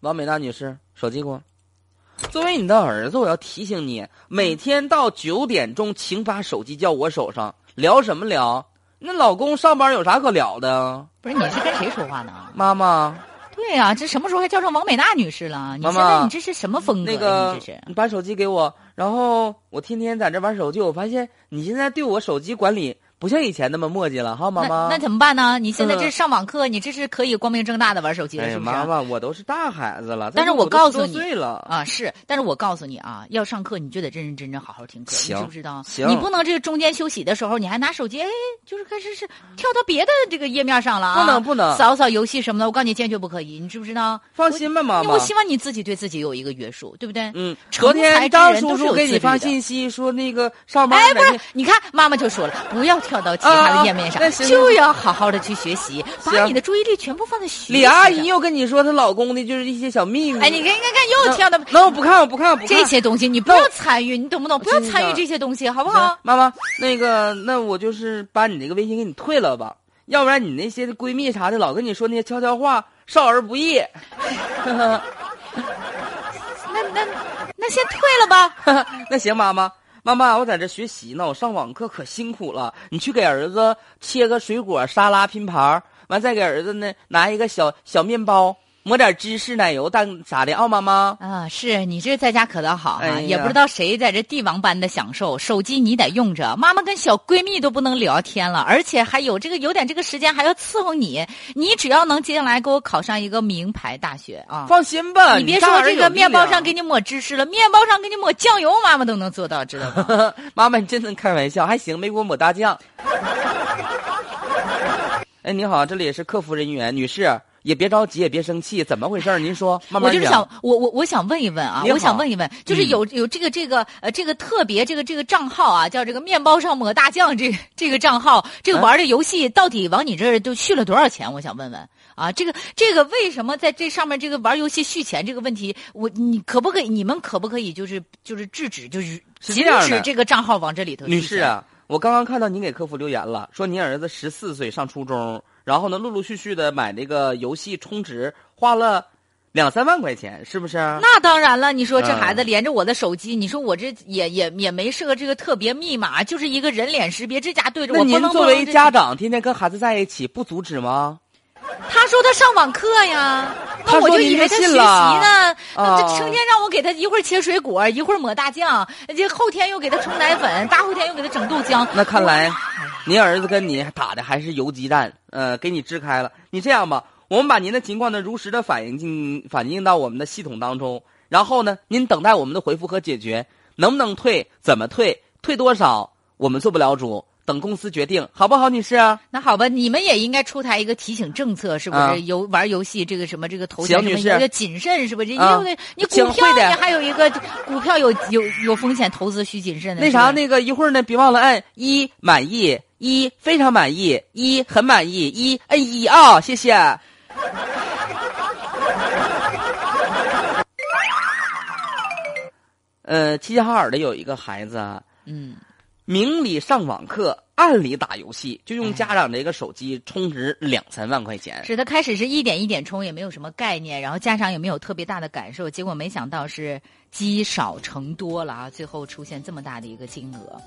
王美娜女士，手机给我。作为你的儿子，我要提醒你，每天到九点钟，请把手机交我手上。聊什么聊？那老公上班有啥可聊的？不是你是跟谁说话呢？妈妈， 对呀、这什么时候还叫上王美娜女士了？你妈现妈在你这是什么风格呀？那个你嗯这是你把手机给我，然后我天天在这玩手机，我发现你现在对我手机管理不像以前那么磨叽了，哈，妈妈。那那怎么办呢？你现在嗯这上网课，你这是可以光明正大的玩手机了，哎是呀，不是？妈妈，我都是大孩子了，但是再说我我告诉都你多岁了，啊，是，但是我告诉你啊，要上课你就得认认真真好好听课，你知行不知道？行你不能这个中间休息的时候，你还拿手机，哎，就是开始是跳到别的这个页面上了啊！不能不能扫扫游戏什么的，我告诉你，坚决不可以，你知不知道？放心吧，妈因为我妈。希望你自己对自己有一个约束，对不对？嗯，昨成才天之张人叔都是叔有给你自律发的信息说那个上班哎，不是你看，妈妈就说了，不要跳到其他的页面上，啊那行就要好好的去学习，把行你的注意力全部放在学习。李阿姨，又跟你说她老公的就是一些小秘密。哎，你看，你看，看又那跳到那我不看，我不看，我不看这些东西，你不那要参与，你懂不懂？不要真的参与这些东西，好不行好？妈妈，那个，那我就是把你这个微信给你退了吧，要不然你那些闺蜜啥的老跟你说那些悄悄话，少儿不宜。那那那先退了吧。那行，妈妈，妈妈，我在这学习呢，我上网课可辛苦了。你去给儿子切个水果沙拉拼盘儿，完再给儿子呢拿一个小小面包，抹点芝士奶油蛋啥的啊、妈妈。啊，是你这在家可倒好哈、啊哎呀也不知道谁在这帝王般的享受，手机你得用着，妈妈跟小闺蜜都不能聊天了，而且还有这个有点这个时间还要伺候你，你只要能接下来给我考上一个名牌大学啊。放心吧，你别大说儿这有力啊个面包量上给你抹芝士了，面包上给你抹酱油，妈妈都能做到，知道吗？ 妈妈，你真能开玩笑，还行，没给我抹大酱。 哎，你好，这里是客服人员，女士也别着急，也别生气，怎么回事儿？您说，慢慢我就是讲想，我我我想问一问啊你，好嗯我想问一问，就是有、有这个这个呃这个特别这个这个账号啊，叫这个面包上抹大酱这个这个账号，这个嗯玩的游戏到底往你这儿都续了多少钱？我想问问啊，这个这个为什么在这上面这个玩游戏续钱这个问题，我你可不可以你们可不可以就是就是制止就是是禁这样的止这个账号往这里头续钱？女士啊，我刚刚看到您给客服留言了，说您儿子十四岁上初中，然后呢，陆陆续续的买这个游戏充值，花了两三万块钱，是不是？那当然了，你说这嗯孩子连着我的手机，你说我这也也也没设这个特别密码，就是一个人脸识别，这家对着那我。您嘣噔作嘣为噔这家长，天天跟孩子在一起，不阻止吗？他说他上网课呀，他说那我就您以为他是学信习了呢，那啊这成天让我给他一会儿切水果，一会儿抹大酱，这后天又给他冲奶粉，大后天又给他整豆浆。那看来，您儿子跟你打的还是游击战，呃，给你支开了。你这样吧，我们把您的情况呢如实的反映进反映到我们的系统当中，然后呢，您等待我们的回复和解决，能不能退，怎么退，退多少，我们做不了主，等公司决定，好不好，女士？那好吧，你们也应该出台一个提醒政策，是不啊是？游玩游戏这个什么这个投钱行什么女士一个谨慎，是不是？因啊为你股行票会的你还有一个股票有有有风险，投资需谨慎的。那是吧啥，那个一会儿呢，别忘了按一满意，一非常满意，一很满意，一摁一啊、谢 谢。呃，齐齐哈尔的有一个孩子啊，嗯，明里上网课，暗里打游戏，就用家长这个手机充值两三万块钱。是他开始是一点一点冲，也没有什么概念，然后家长也没有特别大的感受，结果没想到是积少成多了啊，最后出现这么大的一个金额。